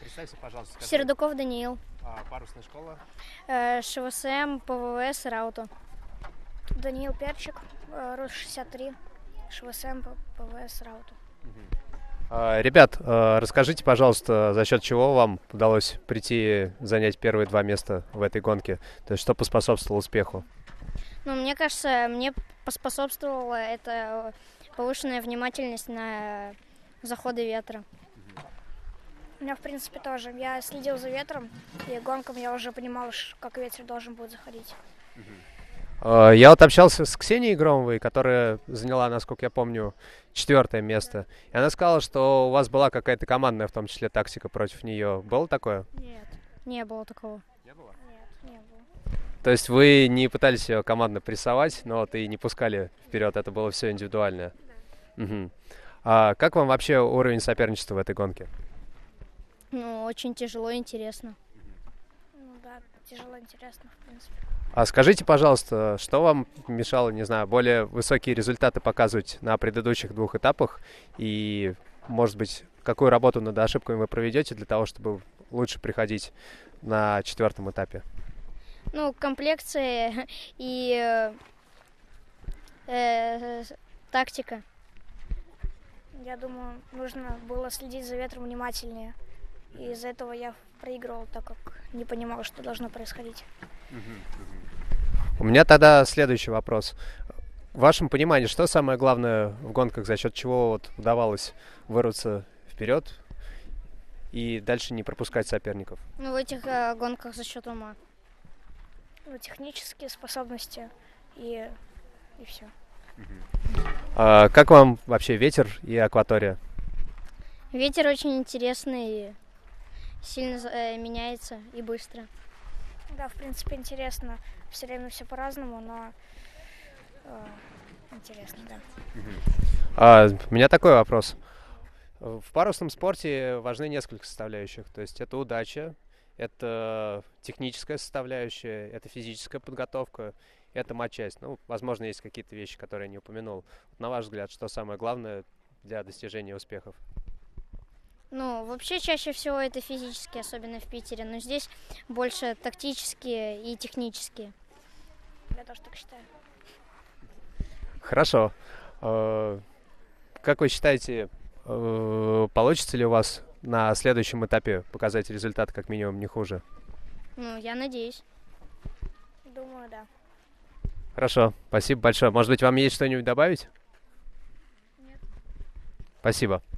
Представься, пожалуйста, скажи, Сердуков Даниил. а, парусная школа, Э, ШВСМ, ПВС, Раута. Даниил Перчик, Рус 63, ШВСМ, ПВС, Рауту. А, Ребят, э, расскажите, пожалуйста, за счет чего вам удалось прийти занять первые два места в этой гонке? То есть что поспособствовало успеху? Ну, мне кажется, мне поспособствовала это повышенная внимательность на заходы ветра. У меня, в принципе, тоже. Я следил за ветром, и гонкам я уже понимала, ш- как ветер должен будет заходить. Э, Я вот общался с Ксенией Громовой, которая заняла, насколько я помню, четвертое место. И она сказала, что у вас была какая-то командная, в том числе, тактика против нее. Было такое? Нет. Не было такого. То есть вы не пытались ее командно прессовать, но вот и не пускали вперед, это было все индивидуальное. Мгм. А как вам вообще уровень соперничества в этой гонке? Ну, очень тяжело и интересно. Ну да, тяжело, интересно, в принципе. А скажите, пожалуйста, что вам мешало, не знаю, более высокие результаты показывать на предыдущих двух этапах? И, может быть, какую работу над ошибками вы проведете для того, чтобы лучше приходить на четвертом этапе? Ну, комплекции и э, э, с- тактика. Я думаю, нужно было следить за ветром внимательнее. И из-за этого я проигрывал, так как не понимала, что должно происходить. У меня тогда следующий вопрос. В вашем понимании, что самое главное в гонках, за счет чего вот удавалось вырваться вперед и дальше не пропускать соперников? Ну, в этих э, гонках за счет ума. Ну, технические способности и, и все. А как вам вообще ветер и акватория? Ветер очень интересный, сильно за- э, меняется и быстро. Да, в принципе, интересно. Все время все по-разному, но э, интересно, да. А, у меня такой вопрос. В парусном спорте важны несколько составляющих. То есть это удача, это техническая составляющая, это физическая подготовка, это матчасть. Ну, возможно, есть какие-то вещи, которые я не упомянул. На ваш взгляд, что самое главное для достижения успехов? Ну, вообще чаще всего это физические, особенно в Питере, но здесь больше тактические и технические. Я тоже так считаю. Хорошо. Э, Как вы считаете, э, получится ли у вас на следующем этапе показать результат как минимум не хуже? Ну, я надеюсь. Думаю, да. Хорошо, спасибо большое. Может быть, вам есть что-нибудь добавить? Нет. Спасибо.